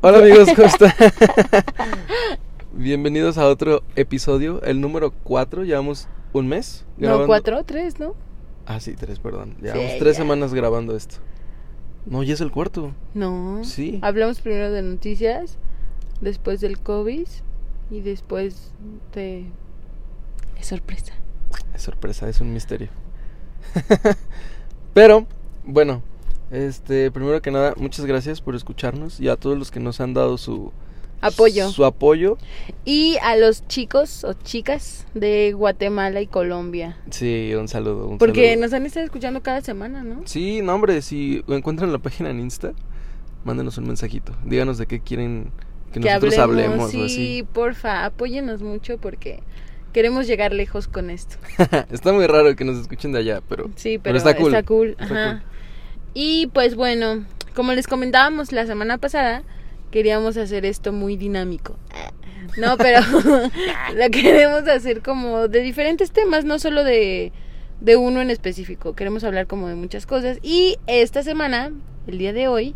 Hola amigos, ¿cómo están? Bienvenidos a otro episodio, el número 4, llevamos un mes No, cuatro, tres, ¿no? Ah, sí, tres, perdón. Llevamos Sí, tres ya. semanas grabando esto. No, ya es el cuarto. No. Sí. Hablamos primero de noticias, después del COVID y después de... Es sorpresa. Es sorpresa, es un misterio. Pero, bueno, este, primero que nada, muchas gracias por escucharnos y a todos los que nos han dado su Apoyo. Su apoyo. Y a los chicos o chicas de Guatemala y Colombia. Sí, un saludo. un Porque saludo. nos han estado escuchando cada semana, ¿no? Sí, no, hombre, si encuentran la página en Insta, mándenos un mensajito. Díganos de qué quieren que, nosotros hablemos, sí, o así. porfa, apóyenos mucho porque queremos llegar lejos con esto. está muy raro que nos escuchen de allá, pero, Sí, pero pero, está cool. Está ajá. cool. Y pues bueno, como les comentábamos la semana pasada, queríamos hacer esto muy dinámico. No, pero la queremos hacer como de diferentes temas, no solo de, de uno en específico. Queremos hablar como de muchas cosas. Y esta semana, el día de hoy,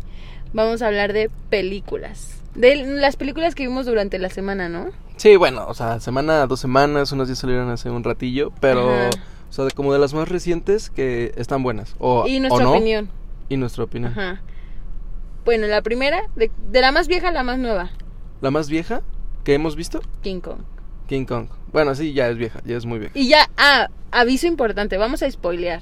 vamos a hablar de películas. De las películas que vimos durante la semana, ¿no? Sí, bueno, o sea, semana, dos semanas, unas ya salieron hace un ratillo, pero, Ajá. o sea, como de las más recientes que están buenas. O, y o nuestra no, opinión. Y nuestra opinión. Ajá. Bueno, la primera, de, de la más vieja a la más nueva, La más vieja que hemos visto, King Kong. King Kong. Bueno, sí, ya es vieja, ya es muy vieja. Y ya, ah, aviso importante, vamos a spoilear.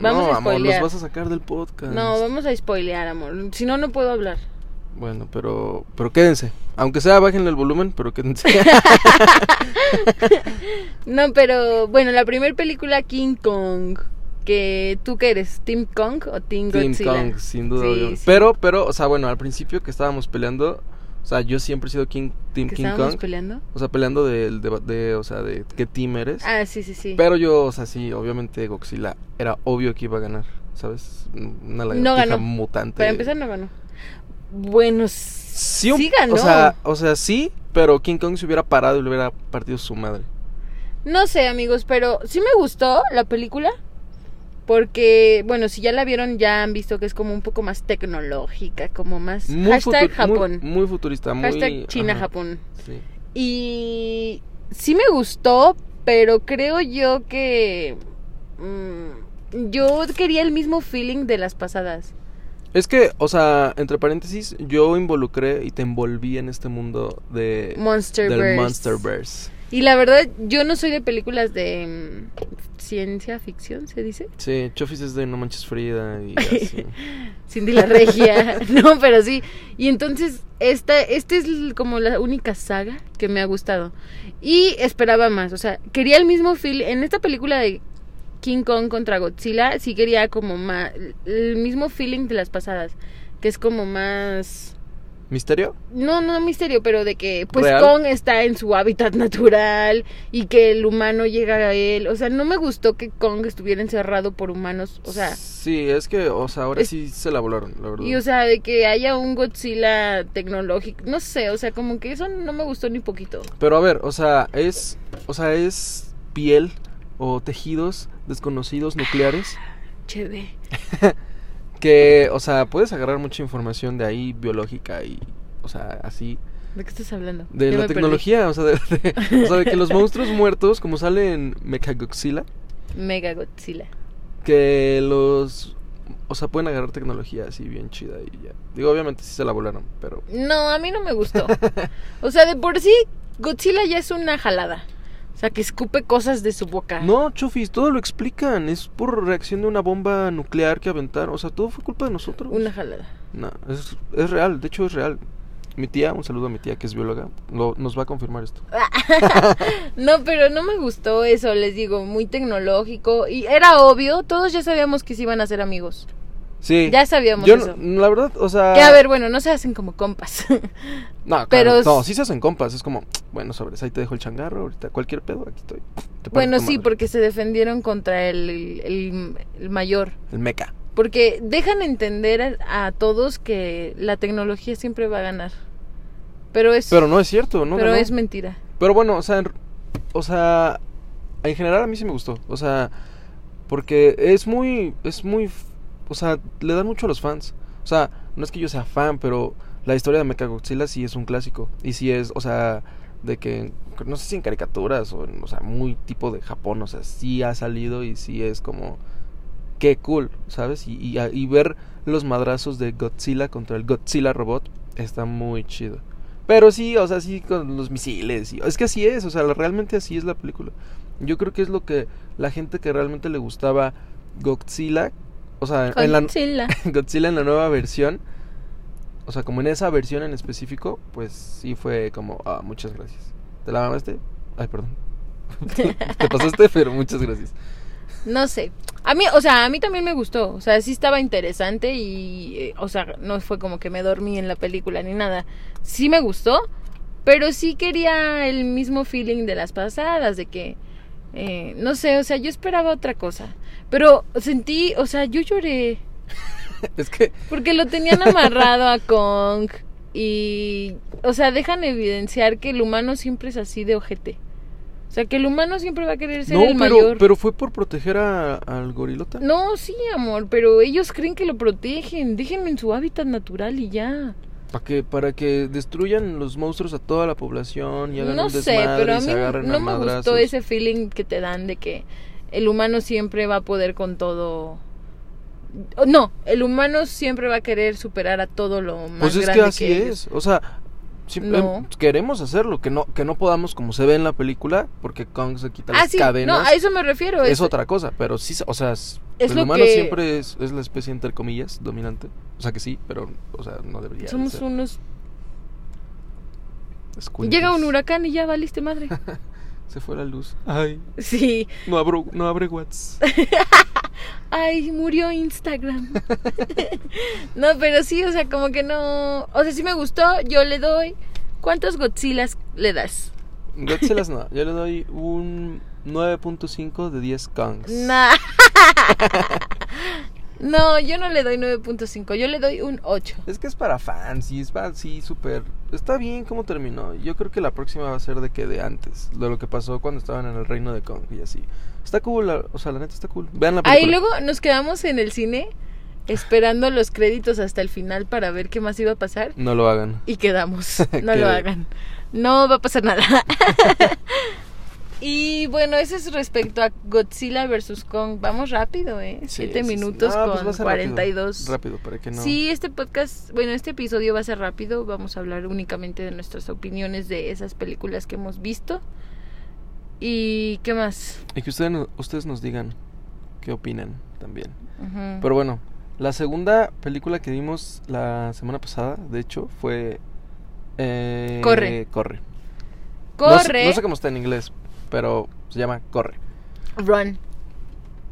Vamos no, a amor, nos spoilear. vas a sacar del podcast. No, vamos a spoilear, amor. Si no, no puedo hablar. Bueno, pero, pero quédense. Aunque sea, bájenle el volumen, pero quédense. No, pero bueno, la primera película King Kong, que tú qué eres, Team Kong o Team, Team Godzilla? Kong, sin duda. Sí, alguna. sí. Pero, pero, o sea, bueno, al principio que estábamos peleando, o sea, yo siempre he sido King, Team ¿Que King estábamos Kong. peleando? O sea, peleando del deba- de, o sea, de qué team eres. Ah, sí, sí, sí. Pero yo, o sea, sí, obviamente Godzilla era obvio que iba a ganar, ¿sabes? Una lagartija ganó. mutante. Para empezar, no ganó. Bueno, sí, sí, eh, un- ganó. O sea, o sea, sí, pero King Kong se hubiera parado y le hubiera partido su madre. No sé, amigos, pero sí me gustó la película. Porque, bueno, si ya la vieron, ya han visto que es como un poco más tecnológica, como más. hashtag futu- muy- Japón. Muy, futurista, muy... hashtag China, ajá, Japón. sí. Y sí me gustó, pero creo yo que. mm, yo quería el mismo feeling de las pasadas. Es que, o sea, entre paréntesis, yo involucré y te envolví en este mundo de... Monsterverse. del Monsterverse. Y la verdad, yo no soy de películas de mm, ciencia ficción, se dice. Sí, Chofis es de No Manches Frida y así. Cindy la Regia. no, pero sí. Y entonces, esta, esta es l- como la única saga que me ha gustado. Y esperaba más. O sea, quería el mismo feel. En esta película de King Kong contra Godzilla, sí quería como más. El mismo feeling de las pasadas. Que es como más. ¿Misterio? No, no misterio, pero de que pues ¿Real? Kong está en su hábitat natural y que el humano llega a él. O sea, no me gustó que Kong estuviera encerrado por humanos. O sea, Sí, es que, o sea, ahora es- sí se la volaron, la verdad. Y o sea, de que haya un Godzilla tecnológico, no sé, o sea, como que eso no me gustó ni poquito. Pero a ver, o sea, es, o sea, es piel o tejidos desconocidos nucleares Chévere. que, o sea, puedes agarrar mucha información de ahí biológica y, o sea, así ¿De qué estás hablando? de Ya la me perdí. tecnología, o sea, de, de- o sea, de que los monstruos muertos, como sale en Mechagodzilla, Mega Godzilla. que los, o sea, pueden agarrar tecnología así bien chida y ya. Digo, obviamente sí se la volaron, pero No, a mí no me gustó. O sea, de por sí Godzilla ya es una jalada. O sea, que escupe cosas de su boca. No, Chofis, todo lo explican. Es por reacción de una bomba nuclear que aventaron. O sea, todo fue culpa de nosotros. Una jalada. No, es, es real, de hecho es real. Mi tía, un saludo a mi tía que es bióloga, lo- nos va a confirmar esto. No, pero no me gustó eso, les digo, muy tecnológico y era obvio, todos ya sabíamos que se iban a ser amigos. Sí. Ya sabíamos Yo, eso. no- la verdad, o sea. Que a ver, bueno, no se hacen como compas. No, claro, pero no, s- sí se hacen compas. Es como, bueno, sobres, ahí te dejo el changarro, ahorita cualquier pedo, aquí estoy. Te parto Bueno, tu sí, madre. porque se defendieron contra el, el- el mayor. El meca. Porque dejan entender a, a todos que la tecnología siempre va a ganar. Pero es, Pero no es cierto, ¿no? pero ganó. es mentira. Pero bueno, o sea, en, o sea, en general a mí sí me gustó, o sea, porque es muy, es muy, f- o sea, le dan mucho a los fans, o sea, no es que yo sea fan, pero la historia de Mechagodzilla sí es un clásico. Y sí es, o sea, de que, no sé si en caricaturas o, en, o sea, muy tipo de Japón, o sea, sí ha salido y sí es como, qué cool, ¿sabes? Y, y, y ver los madrazos de Godzilla contra el Godzilla robot está muy chido. Pero sí, o sea, sí con los misiles. Y, es que así es, o sea, realmente así es la película. Yo creo que es lo que la gente que realmente le gustaba Godzilla, o sea, en la, Godzilla. Godzilla en la nueva versión, o sea, como en esa versión en específico, pues sí fue como, ah, muchas gracias. ¿Te la mamaste? Ay, perdón. Te pasaste, pero muchas gracias. No sé. A mí, o sea, a mí también me gustó. O sea, sí estaba interesante y, eh, o sea, no fue como que me dormí en la película ni nada. Sí me gustó, pero sí quería el mismo feeling de las pasadas, de que, eh, no sé, o sea, yo esperaba otra cosa. Pero sentí, o sea, yo lloré. es que... Porque lo tenían amarrado a Kong y, o sea, dejan evidenciar que el humano siempre es así de ojete. O sea, que el humano siempre va a querer ser No, Pues el pero, mayor. pero fue por proteger a- al gorilota. No, sí, amor, pero ellos creen que lo protegen. Déjenlo en su hábitat natural y ya. Para que, para que destruyan los monstruos a toda la población y hagan No un sé, desmadre pero a y mí se agarren no a me gustó madrazos. ese feeling que te dan de que el humano siempre va a poder con todo. O No, el humano siempre va a querer superar a todo lo más Pues es grande que así ellos. es, o sea, simple- No. queremos hacerlo, que no, que no podamos como se ve en la película, porque Kong se quita Ah, las sí, cadenas. no, a eso me refiero. es, es- otra cosa, pero sí, o sea, es- Es el lo humano que- siempre es, es la especie entre comillas dominante. O sea que sí, pero, o sea, no debería. de Somos ser. unos. Escuintes. Llega un huracán y ya valiste madre. Se fue la luz. Ay, sí. no abro, no abre WhatsApp. Ay, murió Instagram. no, pero sí, o sea, como que no. O sea, sí me gustó, yo le doy. ¿Cuántos Godzillas le das? Godzilla's no. Yo le doy un 9.5 de 10 Kongs. Nah. no, yo no le doy 9.5, yo le doy un 8. Es que es para fans y es para sí súper. Está bien cómo terminó. Yo creo que la próxima va a ser de que de antes, de lo que pasó cuando estaban en el reino de Kong y así. Está cool, la- o sea, la neta está cool. Vean la película. Ahí luego nos quedamos en el cine esperando los créditos hasta el final para ver qué más iba a pasar. No lo hagan. y quedamos. No Quedé. lo hagan. No va a pasar nada. y bueno, eso es respecto a Godzilla vs. Kong. Vamos rápido, ¿eh? Sí, Siete sí, sí. minutos No, pues va a con ser rápido. 42. Rápido, para que no. Sí, este podcast, bueno, este episodio va a ser rápido. Vamos a hablar únicamente de nuestras opiniones de esas películas que hemos visto. ¿Y qué más? Y que ustedes, no- ustedes nos digan qué opinan también. Ujú. Pero bueno, la segunda película que vimos la semana pasada, de hecho, fue. eh, Corre. Corre. No sé- Corre, no sé cómo está en inglés, pero se llama Corre. run.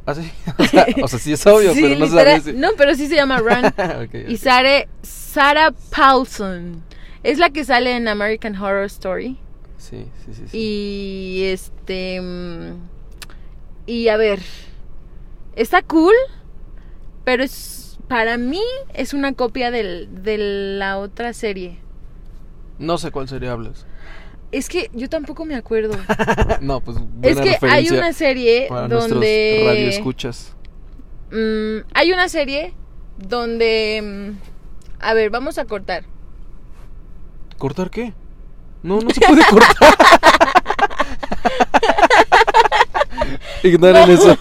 ¿Ah, sí? O sea, o sea, sí es obvio, Sí, pero no literal- sabía si... No, pero sí se llama run. Ok, ok. Y sale Sarah Paulson. Es la que sale en American Horror Story. Sí, sí, sí. sí. Y este. mm, Y a ver. Está cool. Pero es. Para mí es una copia del, de la otra serie. No sé cuál serie hablas. Es que yo tampoco me acuerdo. no, pues buena es que hay referencia una serie para donde. nuestros radioescuchas. Mm, hay una serie donde. mm, A ver, vamos a cortar. ¿Cortar qué? No, no se puede cortar. Ignoren No. eso.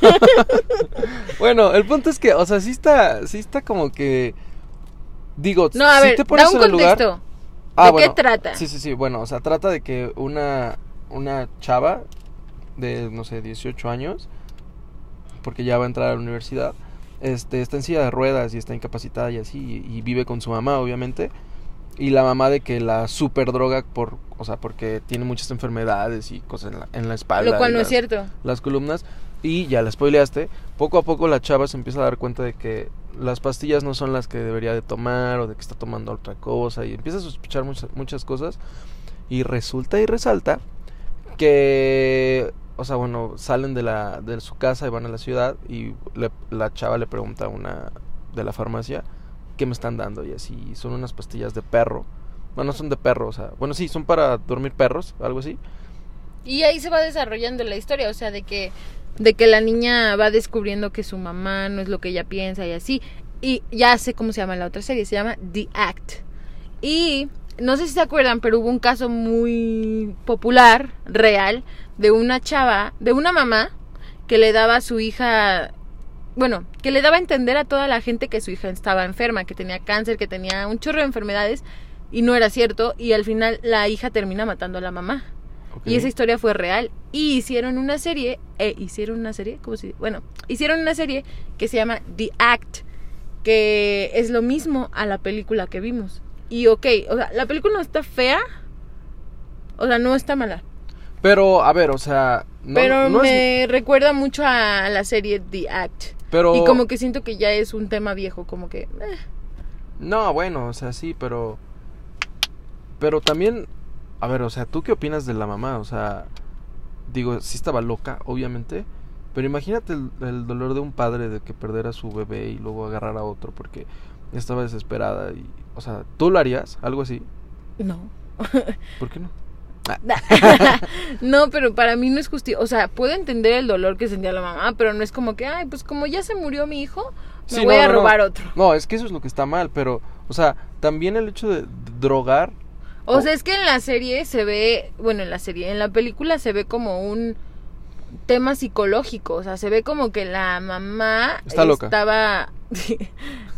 bueno, el punto es que, o sea, sí está, sí está como que... Digo, No, a si ver, te da pones un en el lugar... contexto. ¿De qué trata? Ah, Sí, sí, sí. Bueno, o sea, trata de que una, una chava de, no sé, 18 años, porque ya va a entrar a la universidad, este, está en silla de ruedas y está incapacitada y así, y, y vive con su mamá, obviamente. Y la mamá de que la super droga por, o sea, porque tiene muchas enfermedades y cosas en la, en la espalda. Lo cual y no es las- cierto. las columnas y ya la spoileaste. Poco a poco la chava se empieza a dar cuenta de que las pastillas no son las que debería de tomar o de que está tomando otra cosa y empieza a sospechar muchas, muchas cosas y resulta y resalta que, o sea, bueno, salen de, la, de su casa y van a la ciudad y le- la chava le pregunta a una de la farmacia qué me están dando y así y son unas pastillas de perro. Bueno, son de perro, o sea, bueno, sí, son para dormir perros, algo así. Y ahí se va desarrollando la historia, o sea, de que de que la niña va descubriendo que su mamá no es lo que ella piensa y así. Y ya sé cómo se llama la otra serie, se llama The Act. Y no sé si se acuerdan, pero hubo un caso muy popular, real, de una chava, de una mamá que le daba a su hija, bueno, que le daba a entender a toda la gente que su hija estaba enferma, que tenía cáncer, que tenía un chorro de enfermedades, y no era cierto, y al final la hija termina matando a la mamá. Ok. Y esa historia fue real. Y hicieron una serie, eh, hicieron una serie, ¿cómo se dice? Bueno, hicieron una serie que se llama The Act, que es lo mismo a la película que vimos. Y ok, o sea, la película no está fea, o sea, no está mala, Pero, a ver, o sea. No, pero no es- me recuerda mucho a la serie The Act. pero. Y como que siento que ya es un tema viejo, como que... eh, No, bueno, o sea, sí, pero. Pero también. A ver, o sea, ¿tú qué opinas de la mamá? O sea. Digo, sí estaba loca, obviamente. Pero imagínate el, el dolor de un padre de que perder a su bebé y luego agarrar a otro porque estaba desesperada y. O sea, ¿tú lo harías? ¿Algo así? no. ¿Por qué no? no, pero para mí no es justicia. O sea, puedo entender el dolor que sentía la mamá, pero no es como que, ay, pues como ya se murió mi hijo, me Sí, voy no, a no, no. robar otro. No, es que eso es lo que está mal, pero. O sea, también el hecho de d- drogar. Oh. O sea, es que en la serie se ve, bueno, en la serie, en la película se ve como un tema psicológico, o sea, se ve como que la mamá Está loca. estaba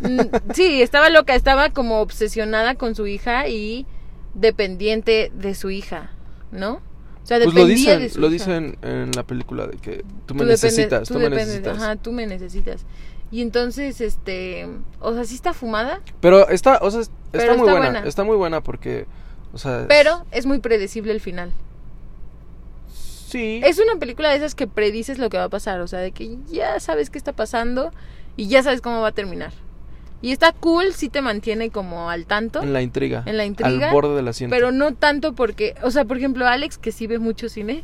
Mm, sí, estaba loca, estaba como obsesionada con su hija y dependiente de su hija, ¿no? O sea, Pues lo dependía dicen, de su lo hija. dicen en la película de que tú me Tú dependes- necesitas, tú, me dependes, necesitas. Ajá, tú me necesitas. Y entonces, este, o sea, sí está fumada, Pero está, o sea, es- Pero está muy está buena, buena. Está muy buena porque, o sea. es- pero es muy predecible el final. Sí. Es una película de esas que predices lo que va a pasar, o sea, de que ya sabes qué está pasando y ya sabes cómo va a terminar. Y está cool, sí te mantiene como al tanto, En la intriga. en la intriga, Al borde del asiento. pero no tanto porque, o sea, por ejemplo, Alex, que sí ve mucho cine,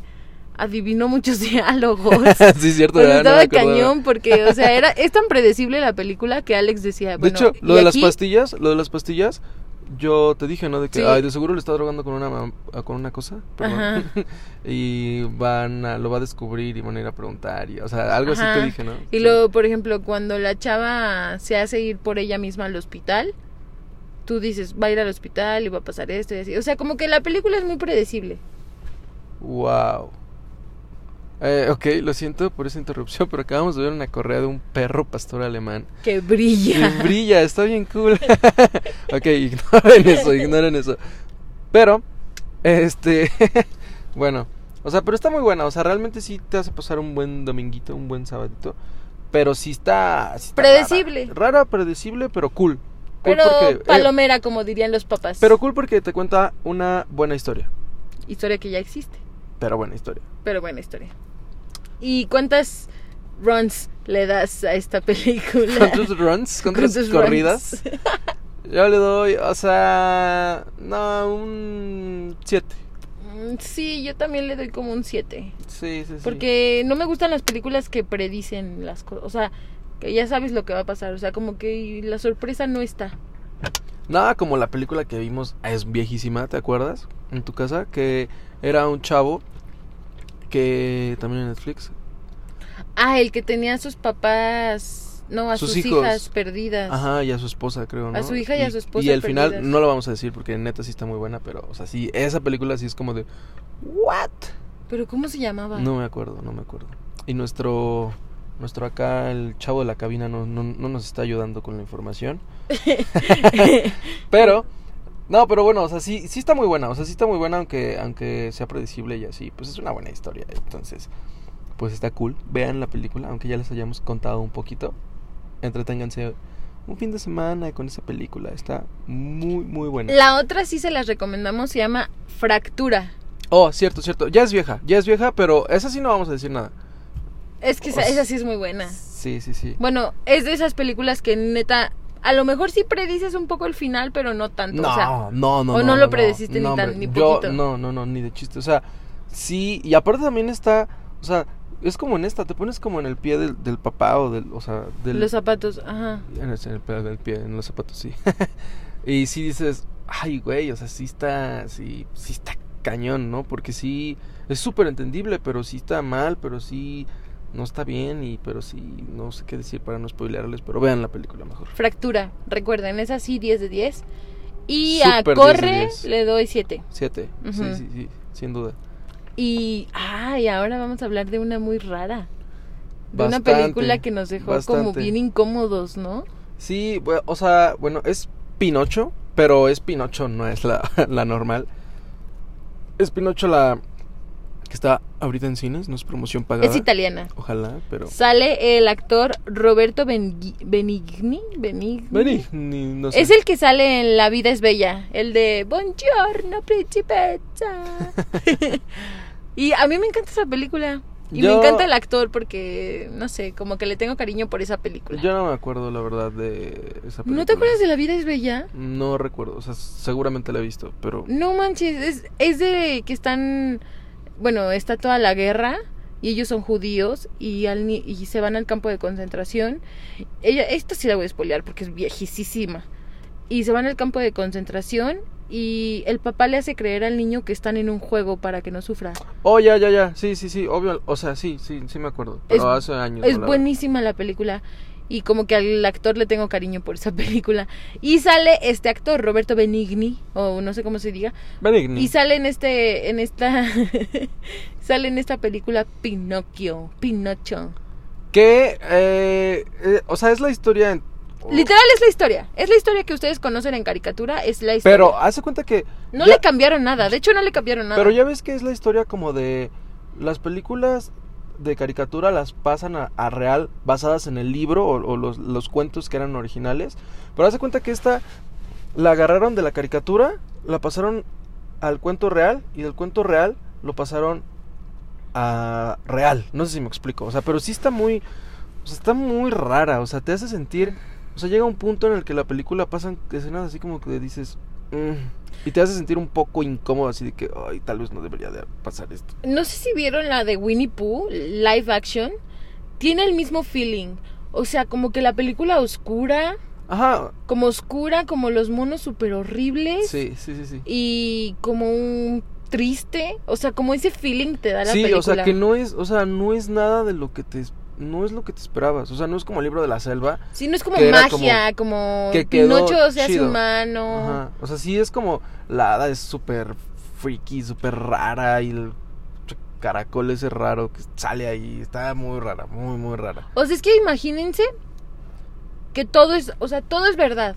adivinó muchos diálogos. sí, es cierto. Pero ¿verdad? No estaba me acordaba. cañón porque, o sea, era, es tan predecible la película que Alex decía, De bueno, hecho, lo y de las aquí- pastillas, lo de las pastillas, yo te dije, ¿no? De que, Sí. ay, de seguro le está drogando con una, mam- ah, con una cosa. perdón. Ajá. y van a, lo va a descubrir y van a ir a preguntar. Y, o sea, algo Ajá. así te dije, ¿no? Y Sí. luego, por ejemplo, cuando la chava se hace ir por ella misma al hospital, tú dices, va a ir al hospital y va a pasar esto y así. O sea, como que la película es muy predecible. Wow. Eh, ok, lo siento por esa interrupción, pero acabamos de ver una correa de un perro pastor alemán. Que brilla. Y brilla, está bien cool. ok, ignoren eso, ignoren eso. Pero, este, bueno, o sea, pero está muy buena. O sea, realmente sí te hace pasar un buen dominguito, un buen sabadito. Pero sí está... sí está Predecible. Rara, Rara, predecible, pero cool. Cool Pero porque, eh, palomera, como dirían los papás. pero cool porque te cuenta una buena historia. Historia que ya existe. Pero buena historia. Pero buena historia. ¿Y cuántas runs le das a esta película? Con tus runs, con tus ¿Cuántos corridas. runs? Yo le doy, o sea, no, un 7. Mm, Sí, yo también le doy como un 7. Sí, sí, sí. Porque no me gustan las películas que predicen las cosas. O sea, que ya sabes lo que va a pasar. O sea, como que la sorpresa no está. Nada como la película que vimos, es viejísima, ¿te acuerdas? En tu casa, que era un chavo que también en Netflix. Ah, el que tenía a sus papás. No, a sus, Sus hijos. hijas perdidas. Ajá, y a su esposa, creo, ¿no? A su hija y a su esposa Y al perdidas. final, no lo vamos a decir porque neta sí está muy buena, pero, o sea, sí, esa película sí es como de, ¿what? Pero ¿cómo se llamaba? No me acuerdo, no me acuerdo. Y nuestro, nuestro acá, el chavo de la cabina, no, no, no nos está ayudando con la información. Pero, no, pero bueno, o sea, sí, sí está muy buena. O sea, sí está muy buena, aunque, aunque sea predecible y así. Pues es una buena historia. Entonces, pues está cool. Vean la película, aunque ya les hayamos contado un poquito. Entreténganse un fin de semana con esa película. Está muy, muy buena. La otra sí se las recomendamos. Se llama Fractura. Oh, cierto, cierto. Ya es vieja, ya es vieja, pero esa sí no vamos a decir nada. Es que esa, Os- esa sí es muy buena. Sí, sí, sí. Bueno, es de esas películas que neta. A lo mejor sí predices un poco el final, pero no tanto. No, o sea, no, no. o no lo predeciste ni tan- hombre, ni yo- poquito. no, no, no, ni de chiste. O sea, sí, y aparte también está, o sea, es como en esta, te pones como en el pie del, del papá o del, o sea, del... los zapatos. Ajá. en el, en el pie, del pie, en los zapatos, sí. y sí dices, ay, güey, o sea, sí está, sí, sí está cañón, ¿no? Porque sí, es súper entendible, pero sí está mal, pero sí, no está bien, y pero sí, no sé qué decir para no spoilerles, pero vean la película mejor. Fractura, recuerden, es así 10 de 10. Y a Súper 10 de Corre 10. le doy 7. Siete, Ujú. sí, sí, sí, sin duda. Y, ay, ahora vamos a hablar de una muy rara. De Bastante, una película que nos dejó como bastante. bien incómodos, ¿no? Sí, bu- o sea, bueno, es Pinocho, pero es Pinocho, no es la, la normal. Es Pinocho la que está ahorita en cines, no es promoción pagada. Es italiana. Ojalá, pero... Sale el actor Roberto Benigni. Benigni. Benigni. Vení, ni- no sé. Es el que sale en La vida es bella, el de Buongiorno, principessa. y a mí me encanta esa película. Y me Yo- encanta el actor porque, no sé, como que le tengo cariño por esa película. Yo no me acuerdo, la verdad, de esa película. ¿No te acuerdas de La vida es bella? No recuerdo, o sea, seguramente la he visto, pero... No manches, es, es de que están, bueno, está toda la guerra y ellos son judíos y, al ni- y se van al campo de concentración. Ella, esta sí la voy a spoilear porque es viejísima. Y se van al campo de concentración y el papá le hace creer al niño que están en un juego para que no sufra. Oh, ya, ya, ya, sí, sí, sí, obvio, o sea, sí, sí, sí me acuerdo, pero Es- hace años. Es no la veo. buenísima la película. Y como que al actor le tengo cariño por esa película. Y sale este actor, Roberto Benigni, o no sé cómo se diga, Benigni. Y sale en este, en esta, sale en esta película Pinocchio, Pinocho. Que, eh, eh, o sea, es la historia... en- Literal es la historia, es la historia que ustedes conocen en caricatura, es la historia. Pero hace cuenta que... no ya- le cambiaron nada, de hecho no le cambiaron nada. Pero ya ves que es la historia como de las películas de caricatura las pasan a, a real basadas en el libro o, o los, los cuentos que eran originales. Pero hace cuenta que esta la agarraron de la caricatura, la pasaron al cuento real y del cuento real lo pasaron a real. No sé si me explico. O sea, pero sí está muy... O sea, está muy rara. O sea, te hace sentir... O sea, llega un punto en el que la película pasan escenas así como que dices... "Mm", y te hace sentir un poco incómodo, así de que, ay, tal vez no debería de pasar esto. No sé si vieron la de Winnie Pooh, live action, tiene el mismo feeling, o sea, como que la película oscura, Ajá. como oscura, como los monos súper horribles Sí, sí, sí, sí. y como un triste, o sea, como ese feeling te da la Sí, película. o sea, que no es, o sea, no es nada de lo que te... es- No es lo que te esperabas. O sea, no es como el libro de la selva. Sí, no es como que era magia, como, que quedó Pinocho se hace chido. humano. Ajá. O sea, sí es como... La hada es súper freaky, súper rara y el caracol ese raro que sale ahí. Está muy rara, muy, muy rara. O sea, es que imagínense que todo es, o sea, todo es verdad.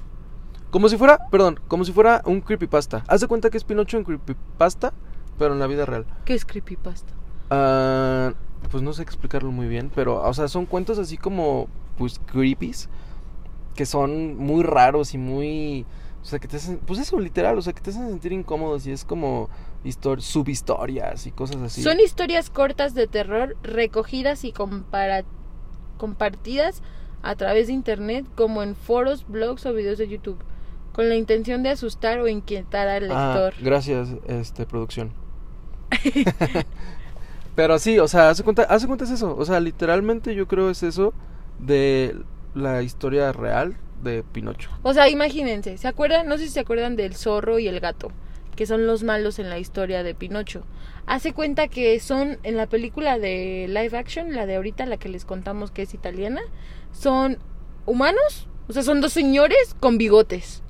Como si fuera, perdón, como si fuera un creepypasta. Haz de cuenta que es Pinocho en creepypasta, pero en la vida real. ¿Qué es creepypasta? Ah, pues no sé explicarlo muy bien, pero, o sea, son cuentos así como, pues, creepies, que son muy raros y muy, o sea, que te hacen, pues eso, literal, o sea, que te hacen sentir incómodos y es como histor- subhistorias y cosas así. Son historias cortas de terror recogidas y compara- compartidas a través de internet como en foros, blogs o videos de YouTube, con la intención de asustar o inquietar al Ah, lector. gracias, este, producción. Pero sí, o sea, hace cuenta, hace cuenta es eso. O sea, literalmente yo creo es eso de la historia real de Pinocho. O sea, imagínense, ¿se acuerdan? No sé si se acuerdan del zorro y el gato, que son los malos en la historia de Pinocho. Hace cuenta que son en la película de live action, la de ahorita, la que les contamos que es italiana, son humanos, o sea, son dos señores con bigotes.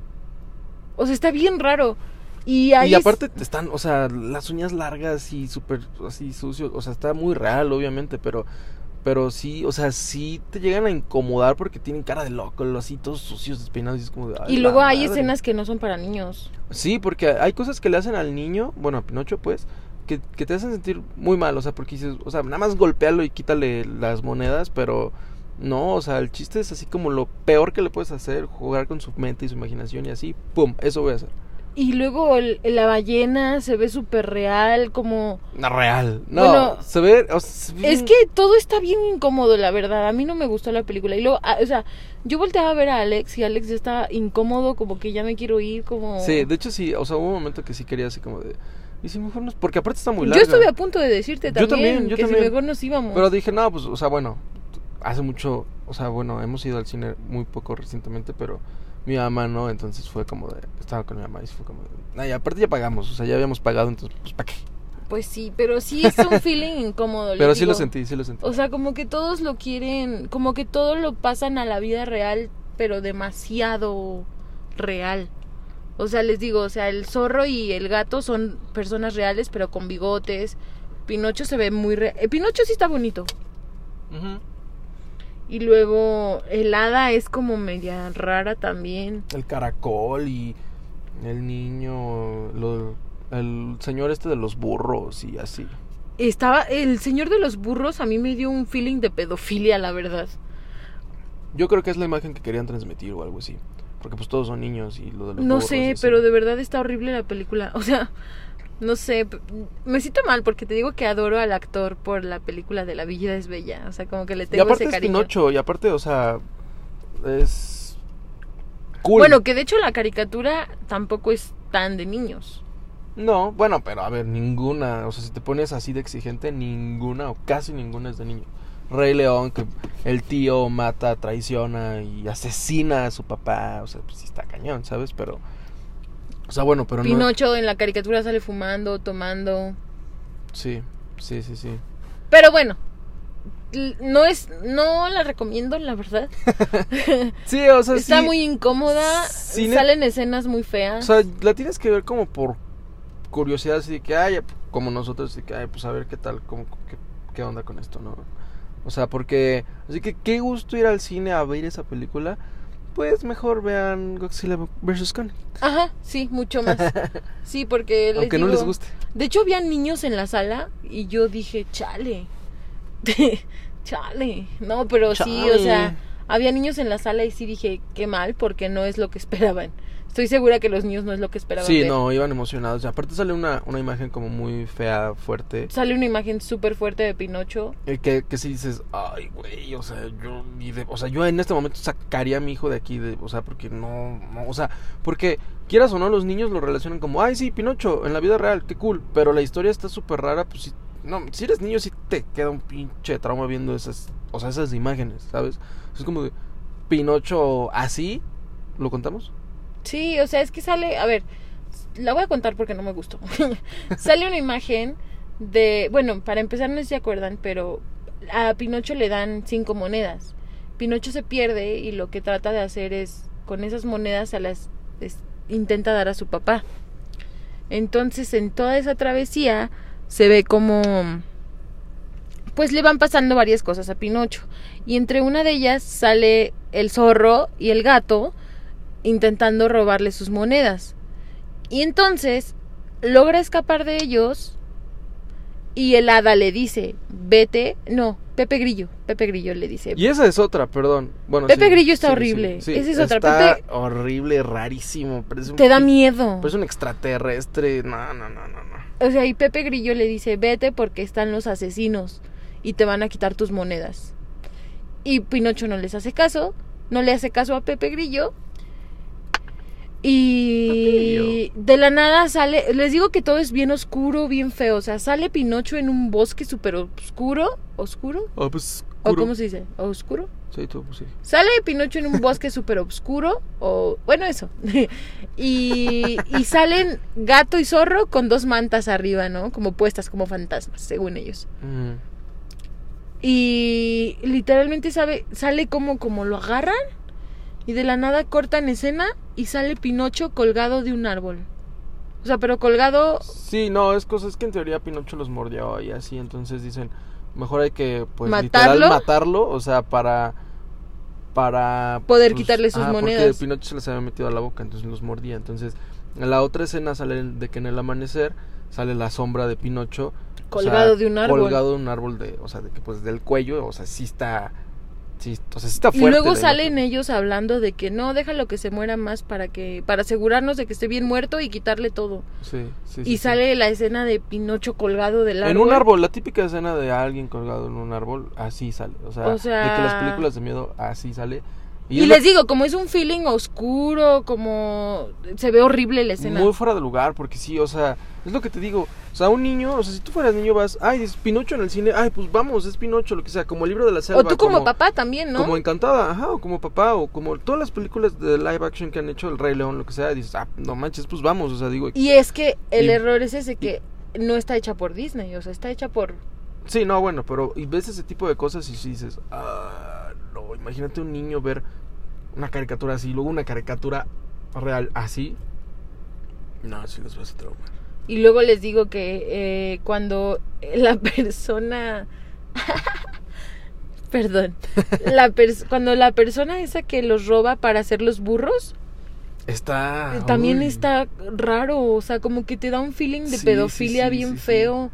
O sea, está bien raro. Y ahí Y es- aparte te están, o sea, las uñas largas y súper así sucios. O sea, está muy real, obviamente, pero pero sí, o sea, sí te llegan a incomodar porque tienen cara de loco, los así todos sucios, despeinados y es como de, "Ay, y la luego hay madre". escenas que no son para niños. Sí, porque hay cosas que le hacen al niño, bueno, a Pinocho, pues, que, que te hacen sentir muy mal, o sea, porque dices, o sea, nada más golpealo y quítale las monedas, pero no, o sea, el chiste es así como lo peor que le puedes hacer, jugar con su mente y su imaginación y así, pum, eso voy a hacer. Y luego el- la ballena se ve súper real, como... No, real. No, Bueno, se ve, o sea, se ve Es bien- que todo está bien incómodo, la verdad. A mí no me gustó la película. Y luego, ah, o sea, yo volteaba a ver a Alex y Alex ya estaba incómodo, como que ya me quiero ir, como... Sí, de hecho sí, o sea, hubo un momento que sí quería así como de, y si mejor nos, porque aparte está muy yo larga. estuve a punto de decirte Yo también, también, yo que también. si mejor nos íbamos. Pero dije, no, pues, o sea, bueno, hace mucho, o sea, bueno, hemos ido al cine muy poco recientemente, pero mi mamá no, entonces fue como de, estaba con mi mamá y fue como de, ay, aparte ya pagamos, o sea, ya habíamos pagado, entonces, pues, ¿para qué? Pues sí, pero sí es un feeling incómodo. les Pero sí lo digo. sentí, sí lo sentí. O sea, como que todos lo quieren, como que todo lo pasan a la vida real, pero demasiado real. O sea, les digo, o sea, el zorro y el gato son personas reales, pero con bigotes. Pinocho se ve muy real. Pinocho sí está bonito. Ujú. Y luego el hada es como media rara también. El caracol y el niño, lo- el señor este de los burros y así. Estaba el señor de los burros a mí me dio un feeling de pedofilia, la verdad. Yo creo que es la imagen que querían transmitir o algo así. Porque pues todos son niños y lo de los No burros y sé, así. pero de verdad está horrible la película. O sea, no sé, p- me siento mal porque te digo que adoro al actor por la película de La Villa es Bella. O sea, como que le Y tengo aparte ese es cariño. Pinocho, y aparte, o sea, es cool. Bueno, que de hecho la caricatura tampoco es tan de niños. No, bueno, pero a ver, ninguna, o sea, si te pones así de exigente, ninguna o casi ninguna es de niño. Rey León, que el tío mata, traiciona y asesina a su papá, o sea, pues sí está cañón, ¿sabes? Pero, o sea, bueno, pero no. Pinocho en la caricatura sale fumando, tomando. Sí, sí, sí, sí. Pero bueno, l- no es no la recomiendo, la verdad. Sí, o sea, Está sí, muy incómoda, Sí, ne- salen escenas muy O feas. sea, la tienes que ver como por curiosidad, así de que, ay, como nosotros, así de que, ay, pues a ver qué tal, como, qué, qué onda con esto, ¿no? O sea, porque, así que qué gusto ir al cine a ver esa película. Pues mejor vean Godzilla vs. Kong, Ajá, sí, mucho más. Sí, porque les aunque no les digo- guste. De hecho, había niños en la sala y yo dije, chale, chale. No, pero pues sí, o Chale. sea, había niños en la sala y sí dije, qué mal, porque no es lo que esperaban. Estoy segura que los niños no es lo que esperaban. Sí, ver. no, iban emocionados. Y aparte sale una, una imagen como muy fea, fuerte. Sale una imagen súper fuerte de Pinocho. eh, Que, que si dices, ay, güey, o sea, yo ni de- o sea, yo en este momento sacaría a mi hijo de aquí, de, o sea, porque no, no, o sea, porque quieras o no, los niños lo relacionan como, ay, sí, Pinocho, en la vida real, qué cool, pero la historia está súper rara, pues si, no, si eres niño, sí te queda un pinche trauma viendo esas, o sea, esas imágenes, ¿sabes? Es como de, Pinocho así, ¿lo contamos? Sí, o sea, es que sale, a ver, la voy a contar porque no me gustó. sale una imagen de, bueno, para empezar no sé si se acuerdan, pero a Pinocho le dan cinco monedas. Pinocho se pierde y lo que trata de hacer es con esas monedas a las es- intenta dar a su papá. Entonces, en toda esa travesía se ve como pues le van pasando varias cosas a Pinocho y entre una de ellas sale el zorro y el gato intentando robarle sus monedas. Y entonces logra escapar de ellos y el hada le dice, vete, no, Pepe Grillo, Pepe Grillo le dice. Y esa es otra, perdón. Bueno, Eh, Pepe sí, Grillo está sí, horrible. sí, sí. Esa es otra, Está Pepe- horrible, rarísimo. parece un Te da pinche- miedo. Parece Pues un extraterrestre. No, no, no, no, no. O sea, y Pepe Grillo le dice, vete porque están los asesinos y te van a quitar tus monedas. Y Pinocho no les hace caso, no le hace caso a Pepe Grillo. Y de la nada sale, les digo que todo es bien oscuro, bien feo. O sea, sale Pinocho en un bosque súper oscuro, oscuro, Ah, pues. o oscuro. cómo se dice, oscuro. Sí, tú, pues sí. Sale Pinocho en un bosque súper oscuro, o bueno, eso. y, y salen gato y zorro con dos mantas arriba, ¿no? Como puestas, como fantasmas, según ellos. Mm. Y literalmente sabe, sale como, como lo agarran y de la nada cortan escena y sale Pinocho colgado de un árbol. O sea, pero colgado... Sí, no, es cosas que en teoría Pinocho los mordió y así. Entonces dicen, mejor hay que, pues, ¿Matarlo? literal matarlo. O sea, para. Para. Poder pues, quitarle sus ah, monedas. Porque Pinocho se las había metido a la boca, entonces los mordía. Entonces, en la otra escena sale de que en el amanecer sale la sombra de Pinocho Colgado de un árbol. Colgado de un árbol de, o sea, de que pues del cuello, o sea, sí está, sí, o sea, sí está Y fuerte. luego de salen imagen. ellos hablando de que no, déjalo que se muera más para que para asegurarnos de que esté bien muerto y quitarle todo. Sí, sí, sí, sí. Y sale la escena de Pinocho colgado del árbol. En un árbol, la típica escena de alguien colgado en un árbol, así sale. O sea, O de que las sea- películas de miedo, así sale. Y, es les digo, como es un feeling oscuro, como se ve horrible la escena. Muy fuera de lugar, porque sí, o sea, es lo que te digo. O sea, un niño, o sea, si tú fueras niño vas, ay, es Pinocho en el cine, ay, pues vamos, es Pinocho, lo que sea, como el libro de la selva. o tú como, papá también, ¿no? Como encantada, ajá, o como papá, o como todas las películas de live action que han hecho, El Rey León, lo que sea, dices, ah, no manches, pues vamos, o sea, digo, Y es que el Y- error es ese que no está hecha por Disney, o sea, está hecha por... Sí, no, bueno, pero y ves ese tipo de cosas y sí dices, ah, no, imagínate un niño ver una caricatura así, luego una caricatura real así. No, sí les vas a traumar. Y luego les digo que eh, cuando la persona... Perdón. La pers- cuando la persona esa que los roba para hacer los burros, Está. Eh, también uy. está raro, o sea, como que te da un feeling de Sí, sí, pedofilia sí, bien sí, sí. feo.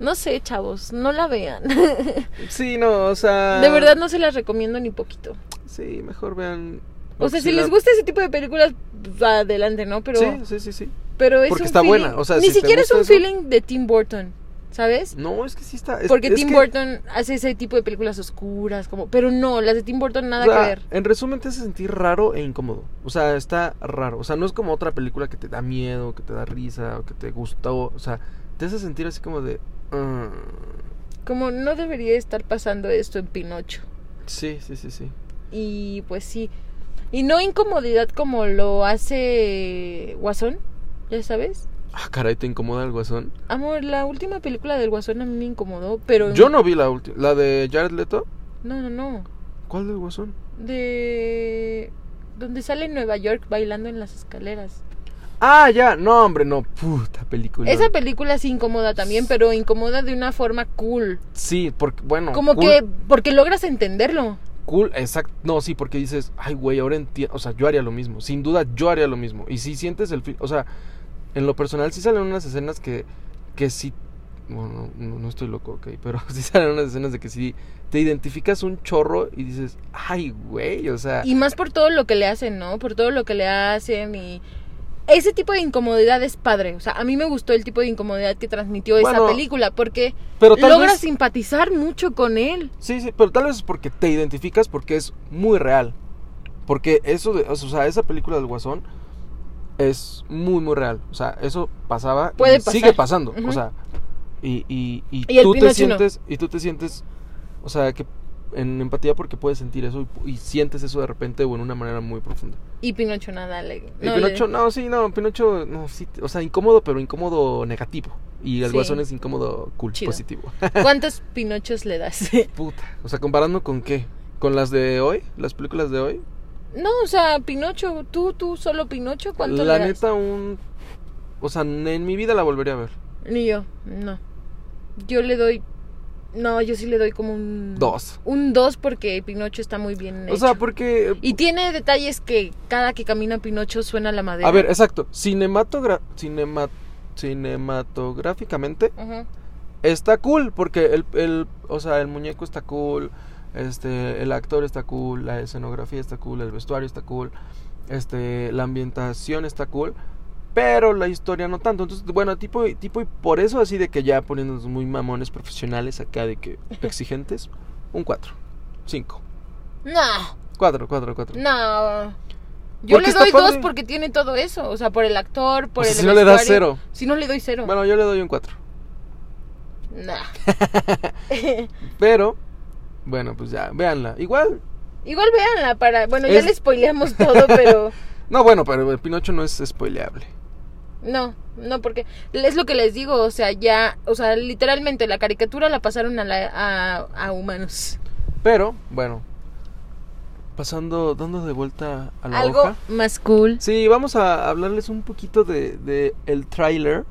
No sé, chavos, no la vean. Sí, no, o sea. De verdad no se las recomiendo ni poquito. Sí, mejor vean. O sea, si la- les gusta ese tipo de películas, pues, adelante, ¿no? Pero, Sí, sí, sí, sí. pero es porque un está feeling- buena, o sea, ni si te siquiera es gusta un eso- feeling de Tim Burton, ¿sabes? No, es que sí está. es- Porque es Tim que- Burton hace ese tipo de películas oscuras, como, pero no, las de Tim Burton nada o sea, que ver. En resumen, te hace sentir raro e incómodo. O sea, está raro. O sea, no es como otra película que te da miedo, que te da risa, o que te gustó. O sea, te hace sentir así como de. "Ah". Como no debería estar pasando esto en Pinocho. sí, sí, sí, sí. Y pues sí. Y no incomodidad como lo hace Guasón, ya sabes. Ah, caray, te incomoda el guasón. Amor, la última película del Guasón a mí me incomodó, pero... Yo no vi la última. ¿La de Jared Leto? No, no, no. ¿Cuál del guasón? De... Donde sale en Nueva York bailando en las escaleras. Ah, ya. No, hombre, no. Puta película. Esa película sí incomoda también, pero incomoda de una forma cool. Sí, porque, bueno. Como cool- que... Porque logras entenderlo. Cool, exacto. No, sí, porque dices, ay, güey, ahora entiendo. O sea, yo haría lo mismo. Sin duda, yo haría lo mismo. Y si sientes el fin. O sea, en lo personal, sí salen unas escenas que, que sí. Bueno, no, no- no estoy loco, ok. Pero sí salen unas escenas de que sí te identificas un chorro y dices, ay, güey, o sea. Y más por todo lo que le hacen, ¿no? Por todo lo que le hacen y... Ese tipo de incomodidad es padre. O sea, a mí me gustó el tipo de incomodidad que transmitió esa Bueno, película porque pero tal logra vez. simpatizar mucho con él. Sí, sí, pero tal vez es porque te identificas porque es muy real. Porque eso, de, o sea, esa película del Guasón es muy, muy real. O sea, eso pasaba y Puede pasar. sigue pasando. Ujú. O sea, y, y, y, Y el tú te Pinocho no. sientes, y tú te sientes, o sea, que en empatía porque puedes sentir eso y, y sientes eso de repente o en una manera muy profunda. Y Pinocho nada le... Y no le- Pinocho, no, sí, no, Pinocho, no, sí, o sea, incómodo, pero incómodo negativo. Y el Sí. Guasón es incómodo cool, Chido. positivo. ¿Cuántos Pinochos le das? Puta. O sea, comparando con qué? ¿Con las de hoy? ¿Las películas de hoy? no, o sea, Pinocho, tú, tú, solo Pinocho, ¿cuánto La le das? neta, un. O sea, n- en mi vida la volvería a ver. Ni yo, no. Yo le doy... No, yo sí le doy como un... Dos. Un dos porque Pinocho está muy bien O sea, Mm. hecho. porque. Y tiene detalles que cada que camina Pinocho suena la madera. A ver, exacto. Cinematogra... Cinema... Cinematográficamente Ajá. está cool. Porque el, el. O sea, el muñeco está cool. Este. El actor está cool. La escenografía está cool. El vestuario está cool. Este. La ambientación está cool. Pero la historia no tanto. Entonces, bueno, tipo, tipo, y por eso así de que ya poniéndonos muy mamones profesionales acá de que exigentes, un 4, 5. No, Cuatro, cuatro, cuatro. no. Yo Porque le está doy padre. dos porque tiene todo eso. O sea, por el actor, por O sea, el. si no le das vestuario. cero. Si no le doy cero. Bueno, yo le doy un cuatro. Nah. Pero, bueno, pues ya, véanla. Igual. Igual véanla para. Bueno, ya Es- le spoileamos todo, pero. No, bueno, pero el Pinocho no es spoileable. No, no, porque es lo que les digo. O sea, ya. O sea, literalmente la caricatura la pasaron a, la- a, a humanos. Pero, bueno. Pasando, dando de vuelta a la Algo hoja. más cool. Sí, vamos a hablarles un poquito de, de el tráiler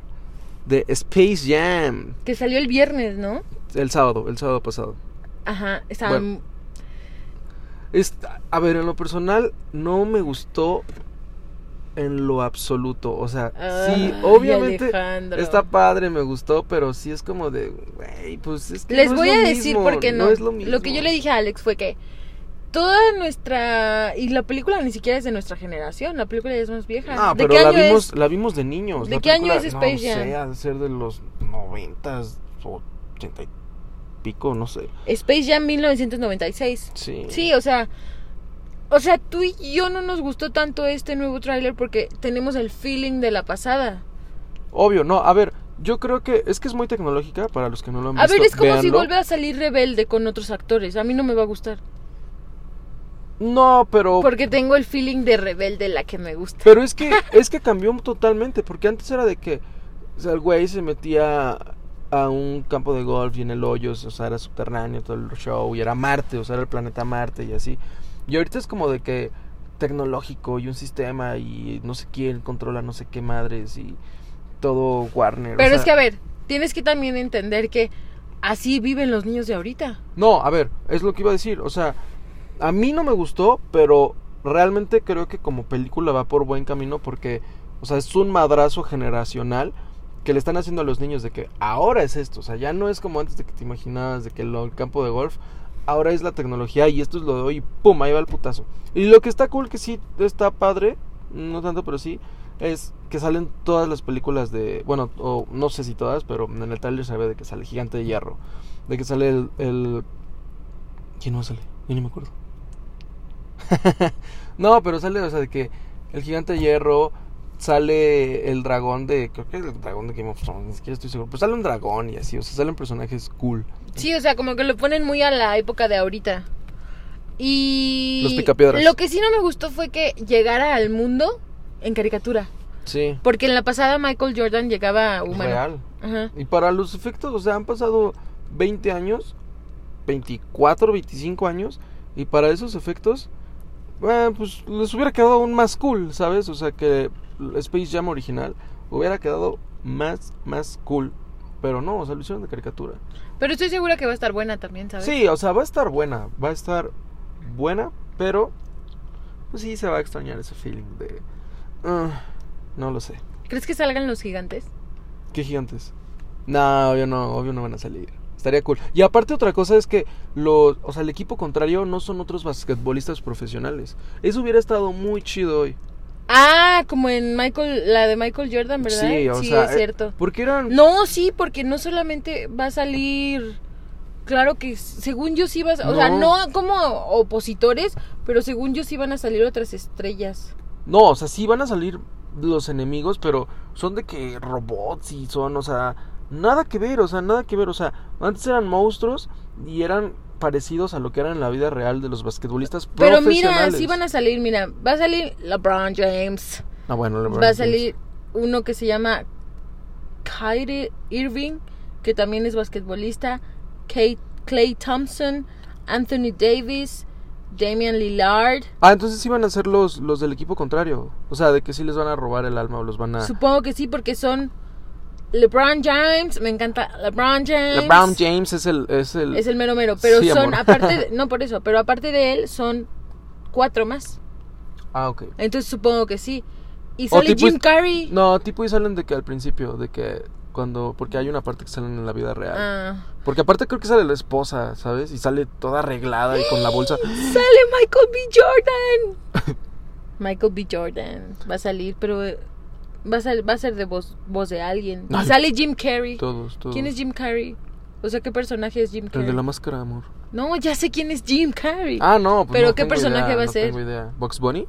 de Space Jam. Que salió el viernes, ¿no? El sábado, el sábado pasado. Ajá. Estaba. Bueno. Es- a ver, en lo personal, no me gustó en lo absoluto. O sea, sí, Ay, obviamente Ah, Alejandro. está padre, me gustó, pero sí es como de, güey, pues es que Les no es voy lo a decir mismo, por qué no. es lo, lo, mismo. que yo le dije a Alex fue que toda nuestra y la película ni siquiera es de nuestra generación, la película ya es más vieja. No, ¿De Ah, pero qué la año vimos, es? la vimos de niños. ¿De la qué año película, es Space No sé, Jam? ha de ser de los noventas o ochenta y pico, no sé. Space Jam 1996. Sí. Sí, o sea, o sea, tú y yo no nos gustó tanto este nuevo tráiler porque tenemos el feeling de la pasada. Obvio, no, a ver, yo creo que es que es muy tecnológica para los que no lo han A visto. ver, es como si véanlo. volviera a salir Rebelde con otros actores. A mí no me va a gustar No, pero porque tengo el feeling de Rebelde la que me gusta. Pero es que, es que cambió totalmente, porque antes era de que O sea, el güey se metía a un campo de golf y en el hoyo, o sea, era subterráneo todo el show y era Marte, o sea, era el planeta Marte y así. Y ahorita es como de que tecnológico y un sistema y no sé quién controla no sé qué madres y todo Warner. o Pero sea- es que, a ver, tienes que también entender que así viven los niños de ahorita. No, a ver, es lo que iba a decir. O sea, a mí no me gustó, pero realmente creo que como película va por buen camino porque, o sea, es un madrazo generacional que le están haciendo a los niños de que ahora es esto. O sea, ya no es como antes de que te imaginabas de que lo- el campo de golf. Ahora es la tecnología y esto es lo de hoy. y ¡Pum! Ahí va el putazo. Y lo que está cool, que sí está padre, no tanto, pero sí, es que salen todas las películas de. Bueno, o no sé si todas, pero en el trailer se ve de que sale Gigante de Hierro. De que sale el. el... ¿Quién más sale? Yo ni me acuerdo. no, pero sale, o sea, de que el gigante de hierro. Sale el dragón de. Creo que el dragón de Game of Thrones, ni siquiera estoy seguro. Pues sale un dragón y así, o sea, salen personajes cool. Sí, o sea, como que lo ponen muy a la época de ahorita. Y. Los picapiedras. Lo que sí no me gustó fue que llegara al mundo en caricatura. Sí. Porque en la pasada Michael Jordan llegaba humano. Real. Ajá. Y para los efectos, o sea, han pasado 20 años, 24, 25 años, y para esos efectos, eh, pues les hubiera quedado aún más cool, ¿sabes? O sea, que Space Jam original hubiera quedado más, más cool. Pero no, o sea, lo hicieron de caricatura. Pero estoy segura que va a estar buena también, ¿sabes? Sí, o sea, va a estar buena, va a estar buena, pero pues sí se va a extrañar ese feeling de... ah, no lo sé. ¿Crees que salgan los gigantes? ¿Qué gigantes? No, obvio no, obvio no van a salir. Estaría cool. Y aparte otra cosa es que los, o sea, el equipo contrario no son otros basquetbolistas profesionales. Eso hubiera estado muy chido hoy. Ah, como en Michael, la de Michael Jordan, ¿verdad? Sí, o sea, es eh, cierto. Porque eran No, sí, porque no solamente va a salir. Claro que s- según yo sí vas, o sea, No. no como opositores, pero según yo sí van a salir otras estrellas. No, o sea, sí van a salir los enemigos, pero son de que robots y son, o sea, nada que ver, o sea, nada que ver, o sea, antes eran monstruos y eran parecidos a lo que eran en la vida real de los basquetbolistas Pero mira, profesionales. sí van a salir, mira, va a salir LeBron James, Ah, bueno, LeBron va a James. salir uno que se llama Kyrie Irving, que también es basquetbolista, Kate, Clay Thompson, Anthony Davis, Damian Lillard. Ah, entonces sí van a ser los, los del equipo contrario. O sea, de que sí les van a robar el alma o los van a... Supongo que sí, porque son LeBron James, me encanta LeBron James. LeBron James es el... Es el... Es el mero mero, pero Sí, son, amor. aparte, de- no por eso, pero aparte de él, son cuatro más. Ah, ok. Entonces supongo que sí. Y O sale tipo Jim es- Carrey. No, tipo y salen de que al principio, de que cuando... Porque hay una parte que salen en la vida real. Ah. Porque aparte creo que sale la esposa, ¿sabes? Y sale toda arreglada y con la bolsa. Sale Michael B. Jordan. Michael B. Jordan va a salir, pero eh, va a, sal- va a ser de voz, voz de alguien. Y Ay. Sale Jim Carrey. Todos, todos. ¿Quién es Jim Carrey? O sea, ¿qué personaje es Jim El Carrey? de la máscara, amor. No, ya sé quién es Jim Carrey. Ah, no. Pues ¿Pero no qué tengo personaje idea, va a no ser? tengo idea. ¿Box Bunny?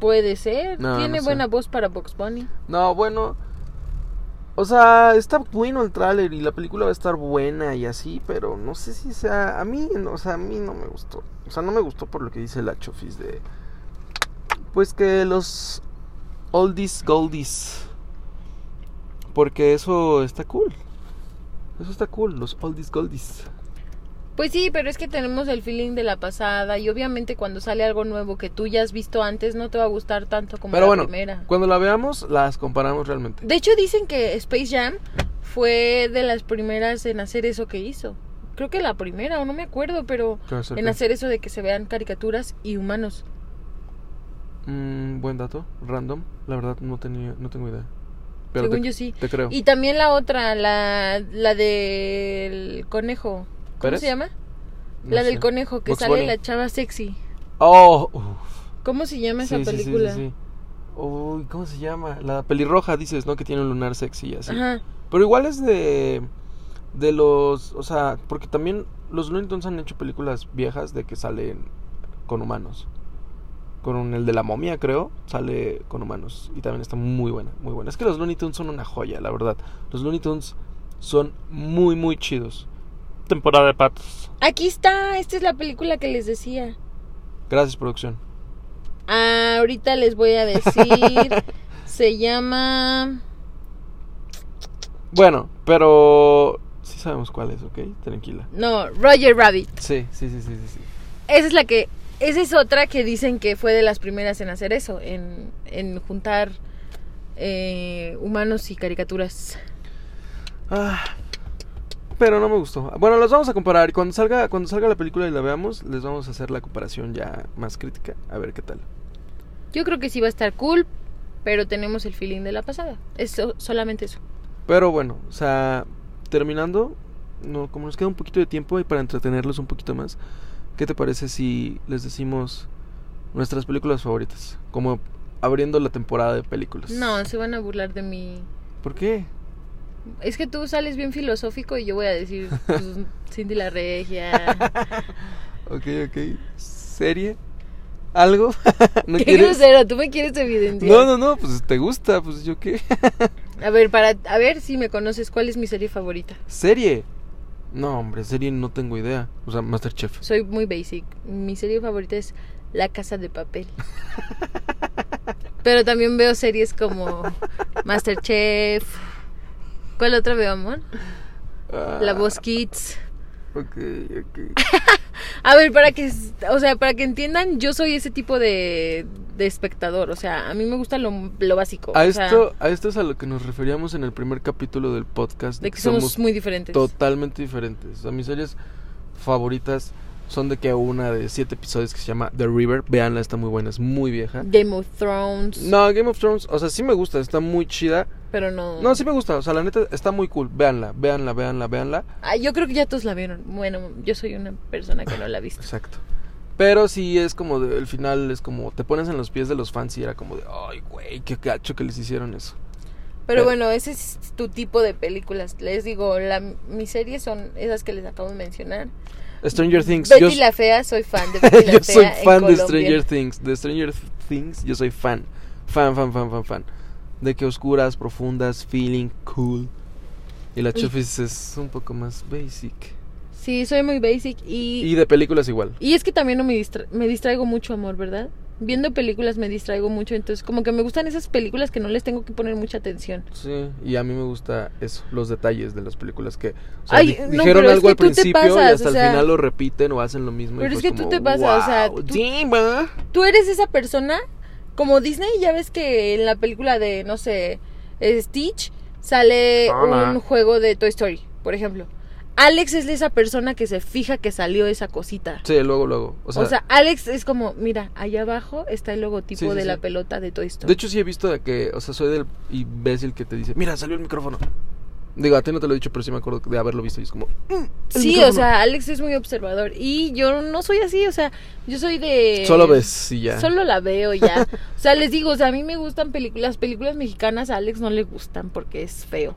Puede ser. No, Tiene no sé. buena voz para Box Bunny. No, bueno. O sea, está bueno el tráiler y la película va a estar buena y así, pero no sé si sea... A mí, no, o sea, a mí no me gustó. O sea, no me gustó por lo que dice la Chofis de... Pues que los oldies goldies. Porque eso está cool. Eso está cool, los oldies goldies. Pues sí, pero es que tenemos el feeling de la pasada y obviamente cuando sale algo nuevo que tú ya has visto antes no te va a gustar tanto como Pero la bueno, primera. cuando la veamos, las comparamos realmente. De hecho dicen que Space Jam fue de las primeras en hacer eso que hizo. Creo que la primera, o no me acuerdo, pero ¿Qué va a ser en qué? hacer eso de que se vean caricaturas y humanos. Mm, buen dato, random. La verdad, no, tenía, no tengo idea. Pero según te, yo sí. te creo. Y también la otra, la, la del conejo. ¿Cómo ¿Pérez? se llama? No la del sé. conejo, que Bugs sale Bunny. la chava sexy. Oh, uf. ¿Cómo se llama Sí, esa sí, sí, sí, película? sí. Uy, ¿cómo se llama? La pelirroja, dices, ¿no? Que tiene un lunar sexy y así. Ajá. Pero igual es de. De los. O sea, porque también los Looney Tunes han hecho películas viejas de que salen con humanos. Con un- el de la momia, creo, sale con humanos. Y también está muy buena, muy buena. Es que los Looney Tunes son una joya, la verdad. Los Looney Tunes son muy, muy chidos. Temporada de patos. Aquí está, esta es la película que les decía. Gracias, producción. ahorita les voy a decir. se llama Bueno, pero sí sabemos cuál es, ¿ok? Tranquila. No, Roger Rabbit. Sí, sí, sí, sí, sí. sí. Esa es la que. Esa es otra que dicen que fue de las primeras en hacer eso, en, en juntar eh, humanos y caricaturas. Ah, pero no me gustó. Bueno, los vamos a comparar. Cuando salga, cuando salga la película y la veamos, les vamos a hacer la comparación ya más crítica. A ver qué tal. Yo creo que sí va a estar cool, pero tenemos el feeling de la pasada. Es so- solamente eso. Pero bueno, o sea, terminando, no, como nos queda un poquito de tiempo y para entretenerlos un poquito más, ¿qué te parece si les decimos nuestras películas favoritas? Como abriendo la temporada de películas. No, se van a burlar de mí. ¿Por qué? Es que tú sales bien filosófico y yo voy a decir pues, Cindy la Regia. Ok, ok. ¿Serie? ¿Algo? ¿No qué quieres? grosero, tú me quieres evidenciar. No, no, no, pues te gusta, pues yo qué. A ver, para a ver si me conoces, ¿cuál es mi serie favorita? ¿Serie? No, hombre, serie no tengo idea. O sea, Masterchef. Soy muy basic. Mi serie favorita es La Casa de Papel. Pero también veo series como Masterchef. ¿Cuál otra veo, amor? La Voz Kids. Ah. Ok, ok. A ver, para que, s- o sea, para que entiendan, yo soy ese tipo de, de espectador. O sea, a mí me gusta lo, lo básico. A o sea, esto, a esto es a lo que nos referíamos en el primer capítulo del podcast. de que somos, muy diferentes. totalmente diferentes. O sea, mis series favoritas son de que una de siete episodios que se llama The River. Veanla, está muy buena, es muy vieja. Game of Thrones. No, Game of Thrones, o sea, sí me gusta, está muy chida. Pero no. No, sí me gusta, o sea, la neta está muy cool. Veanla, veanla, veanla, veanla. Ah, yo creo que ya todos la vieron. Bueno, yo soy una persona que no la ha visto. Exacto. Pero sí es como, de- el final es como, te pones en los pies de los fans y era como de, ay, güey, qué gacho que les hicieron eso. Pero Pero- bueno, ese es tu tipo de películas. Les digo, la, mis series son esas que les acabo de mencionar. Stranger Things. Betty yo- la Fea, soy fan de Betty la yo Fea. soy en fan de Colombia. Stranger Things. De Stranger Things, yo soy fan. Fan, fan, fan, fan, fan. De que oscuras, profundas, feeling, cool. Y la Y- Chufis es un poco más basic. Sí, soy muy basic. Y Y, de películas igual. y es que también no me, distra- me distraigo mucho, amor, ¿verdad? Viendo películas me distraigo mucho. Entonces, como que me gustan esas películas que no les tengo que poner mucha atención. Sí, y a mí me gusta eso, los detalles de las películas que o Ay, di- no, dijeron pero es algo que al tú te principio pasas, y hasta o el sea- final lo repiten o hacen lo mismo. y Pero es fue que tú como, te pasas, o sea, "Wow, tú- Jimba". Tú eres esa persona, como Disney, ya ves que en la película de, no sé, eh, Stitch, sale Hola. un juego de Toy Story, por ejemplo. Alex es de esa persona que se fija que salió esa cosita. Sí, luego, luego. O O sea, sea, Alex es como, mira, allá abajo está el logotipo Sí, sí, de sí. la pelota de Toy Story. de hecho sí he visto de que, o sea, soy del imbécil que te dice, mira, salió el micrófono. Digo, a ti no te lo he dicho, pero sí me acuerdo de haberlo visto y es como, el sí, o micrófono. sea, Alex es muy observador. Y yo no soy así, o sea, yo soy de... Solo ves y ya. Eh, Solo la veo ya. O sea, les digo, o sea, a mí me gustan películas, películas mexicanas a Alex no le gustan porque es feo.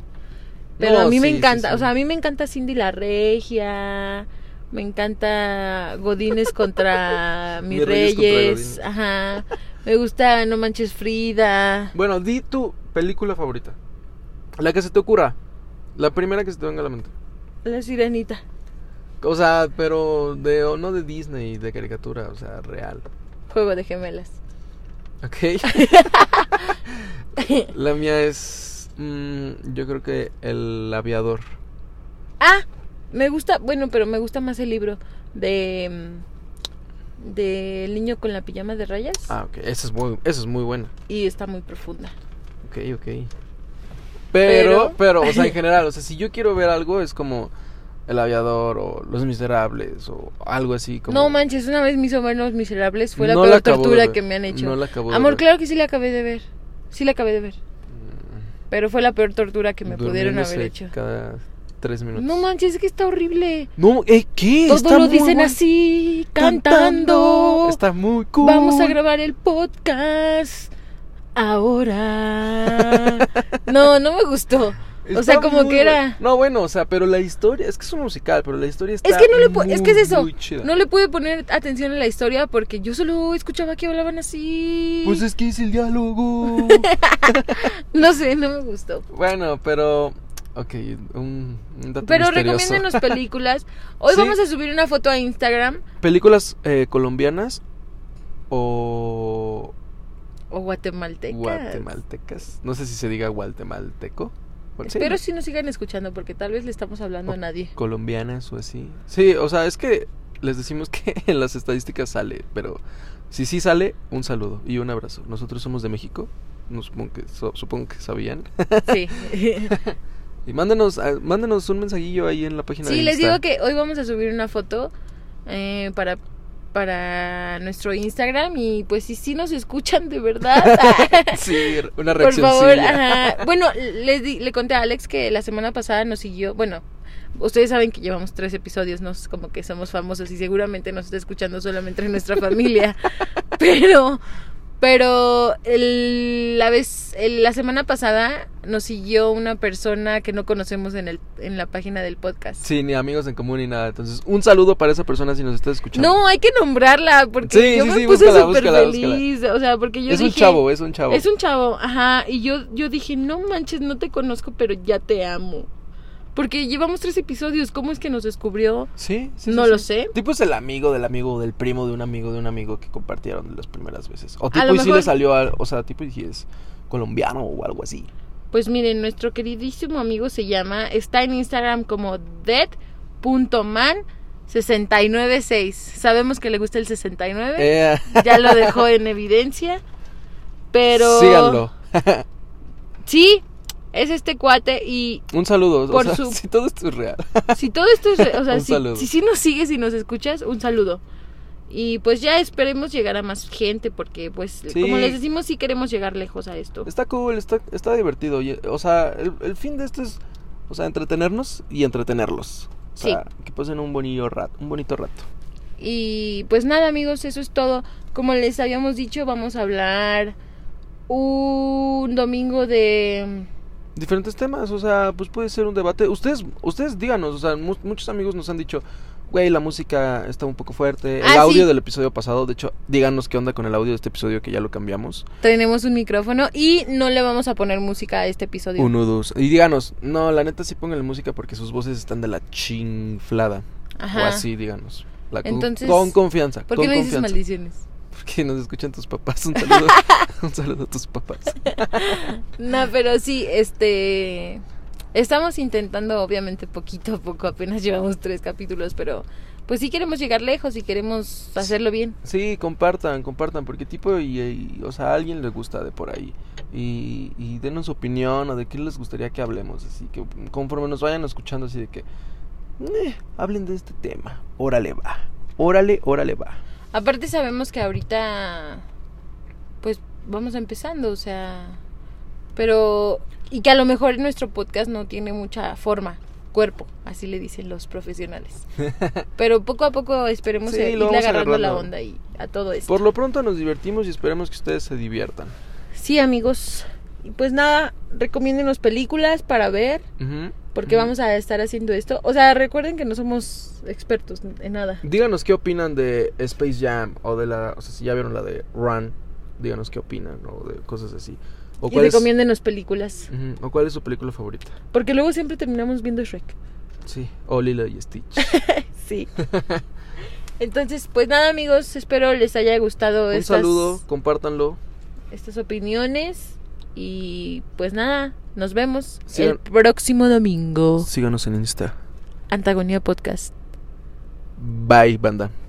Pero No, a mí me sí, sí, encanta, sí. o sea, a mí me encanta Cindy la Regia, me encanta Godines contra Mis Mis Reyes Reyes, contra Godínez. ajá. Me gusta No Manches Frida. Bueno, di tu película favorita. La que se te ocurra. La primera que se te venga a la mente. La Sirenita. O sea, pero de o no de Disney, de caricatura, o sea, real. Juego de gemelas. ¿Ok? la mía es... mm, yo creo que El Aviador. Ah, me gusta, bueno, pero me gusta más el libro de mm, de El niño con la pijama de rayas Ah, ok. Esa es muy, esa es muy buena. y está muy profunda. Ok, ok. Pero, Pero- pero, o sea, en general, o sea, si yo quiero ver algo es como El Aviador o Los Miserables o algo así como... No manches, una vez mis hermanos miserables fue la No peor la acabo de tortura ver. que me han hecho. No la acabo de Amor, ver. claro que sí la acabé de ver. Sí la acabé de ver. Mm. Pero fue la peor tortura que me pudieron Durmiéndose haber hecho. Cada tres minutos. No manches, es que está horrible. No, eh, ¿qué? Todo Está lo muy dicen bueno. así, cantando. Está muy cool. Vamos a grabar el podcast ahora. no, no me gustó. Está o sea, como muy que era. bueno. No, bueno, o sea, pero la historia. Es que es un musical, pero la historia está. Es que no le pu- muy, es que es eso. muy chida. No le pude poner atención a la historia porque yo solo escuchaba que hablaban así. Pues es que es el diálogo. No sé, no me gustó. bueno, pero. Ok, un, un dato Pero misterioso. recomiéndenos películas. Hoy Sí. vamos a subir una foto a Instagram Películas eh, colombianas o o guatemaltecas. guatemaltecas. No sé si se diga guatemalteco. Bueno, sí, Espero si nos sigan escuchando porque tal vez le estamos hablando O- a nadie. Colombianas o así. Sí, o sea, es que les decimos que en las estadísticas sale, pero si sí sale, un saludo y un abrazo. Nosotros somos de México, no supongo que, so- supongo que sabían. Sí. Y mándenos, ah, mándenos un mensajillo ahí en la página de sí, les Insta. digo que hoy vamos a subir una foto eh, para para nuestro Instagram y pues si sí nos escuchan de verdad. ah, Sí, una Por reacción. favor, ajá. Bueno, le, di- le conté a Alex que la semana pasada nos siguió. Bueno, ustedes saben que llevamos tres episodios, no es como que somos famosos y seguramente nos está escuchando solamente nuestra familia. pero, pero el- la vez, el- la semana pasada nos siguió una persona que no conocemos en, el, en la página del podcast. Sí, ni amigos en común ni nada. Entonces, un saludo para esa persona si nos está escuchando. No, hay que nombrarla porque Sí, yo sí, me sí, puse búscala, súper búscala, búscala. feliz. O sea, porque yo es un dije- chavo, es un chavo. Es un chavo, ajá. Y yo, yo dije, no manches, no te conozco, pero ya te amo. Porque llevamos tres episodios, ¿cómo es que nos descubrió? Sí, sí, sí, no sí. lo sé. Tipo es el amigo del amigo del primo de un amigo de un amigo que compartieron las primeras veces. O lo tipo y sí mejor- le salió, al- o sea, tipo y sí es colombiano o algo así. Pues miren, nuestro queridísimo amigo se llama, está en Instagram como dead.man696. Sabemos que le gusta el 69, Eh, ya lo dejó en evidencia, pero... Síganlo. Sí, es este cuate y Un saludo. Por o sea, su- si todo esto es real. Si todo esto es, o sea, Un si, saludo. si sí nos sigues y nos escuchas, un saludo. Y pues ya esperemos llegar a más gente porque pues Sí. como les decimos sí queremos llegar lejos a esto. Está cool, está, está divertido. y- o sea, el, el fin de esto es, o sea, entretenernos y entretenerlos. O sea, que pasen un bonito rato, un bonito rato. Y pues nada amigos, eso es todo. Como les habíamos dicho, vamos a hablar un domingo de... diferentes temas, o sea, pues puede ser un debate. Ustedes, ustedes díganos, o sea, mu- muchos amigos nos han dicho, güey, la música está un poco fuerte. El Ah, audio sí. del episodio pasado, de hecho, díganos qué onda con el audio de este episodio que ya lo cambiamos. Tenemos un micrófono y no le vamos a poner música a este episodio. Uno, dos. Y díganos, no, la neta sí pongan la música porque sus voces están de la chinflada. O Ajá. así, díganos. La con- Entonces, con confianza. ¿Por con qué no dices confianza. maldiciones? Porque nos escuchan tus papás. Un saludo, un saludo a tus papás. No, pero sí, este. Estamos intentando, obviamente, poquito a poco. Apenas llevamos tres capítulos, pero pues sí queremos llegar lejos y queremos hacerlo bien. Sí, compartan, compartan, porque tipo, y, y, o sea, a alguien le gusta de por ahí. Y, y denos su opinión o de qué les gustaría que hablemos. Así que mm, conforme nos vayan escuchando, así de que "Eh, hablen de este tema. Órale va. Órale, órale va. Aparte, sabemos que ahorita. Pues vamos empezando, o sea. Pero. Y que a lo mejor nuestro podcast no tiene mucha forma, cuerpo, así le dicen los profesionales. Pero poco a poco esperemos e Sí, lo irle vamos agarrando la agarrando. onda y a todo esto. Por lo pronto nos divertimos y esperemos que ustedes se diviertan. Sí, amigos. Y pues nada, recomiéndenos películas para ver, Ujú, porque ujú. vamos a estar haciendo esto. O sea, recuerden que no somos expertos en nada. Díganos qué opinan de Space Jam o de la. O sea, si ya vieron la de Run, díganos qué opinan o de cosas así. O Mm. Y cuál, es, recomiéndenos películas. ujú, o cuál es su película favorita. Porque luego siempre terminamos viendo Shrek. Sí, o Lilo y Stitch. Sí. Entonces, pues nada, amigos. Espero les haya gustado Un estas, saludo, compártanlo. estas opiniones. Y pues nada, nos vemos Sí. el próximo domingo. Síganos en Insta. Antagonía Podcast. Bye, banda.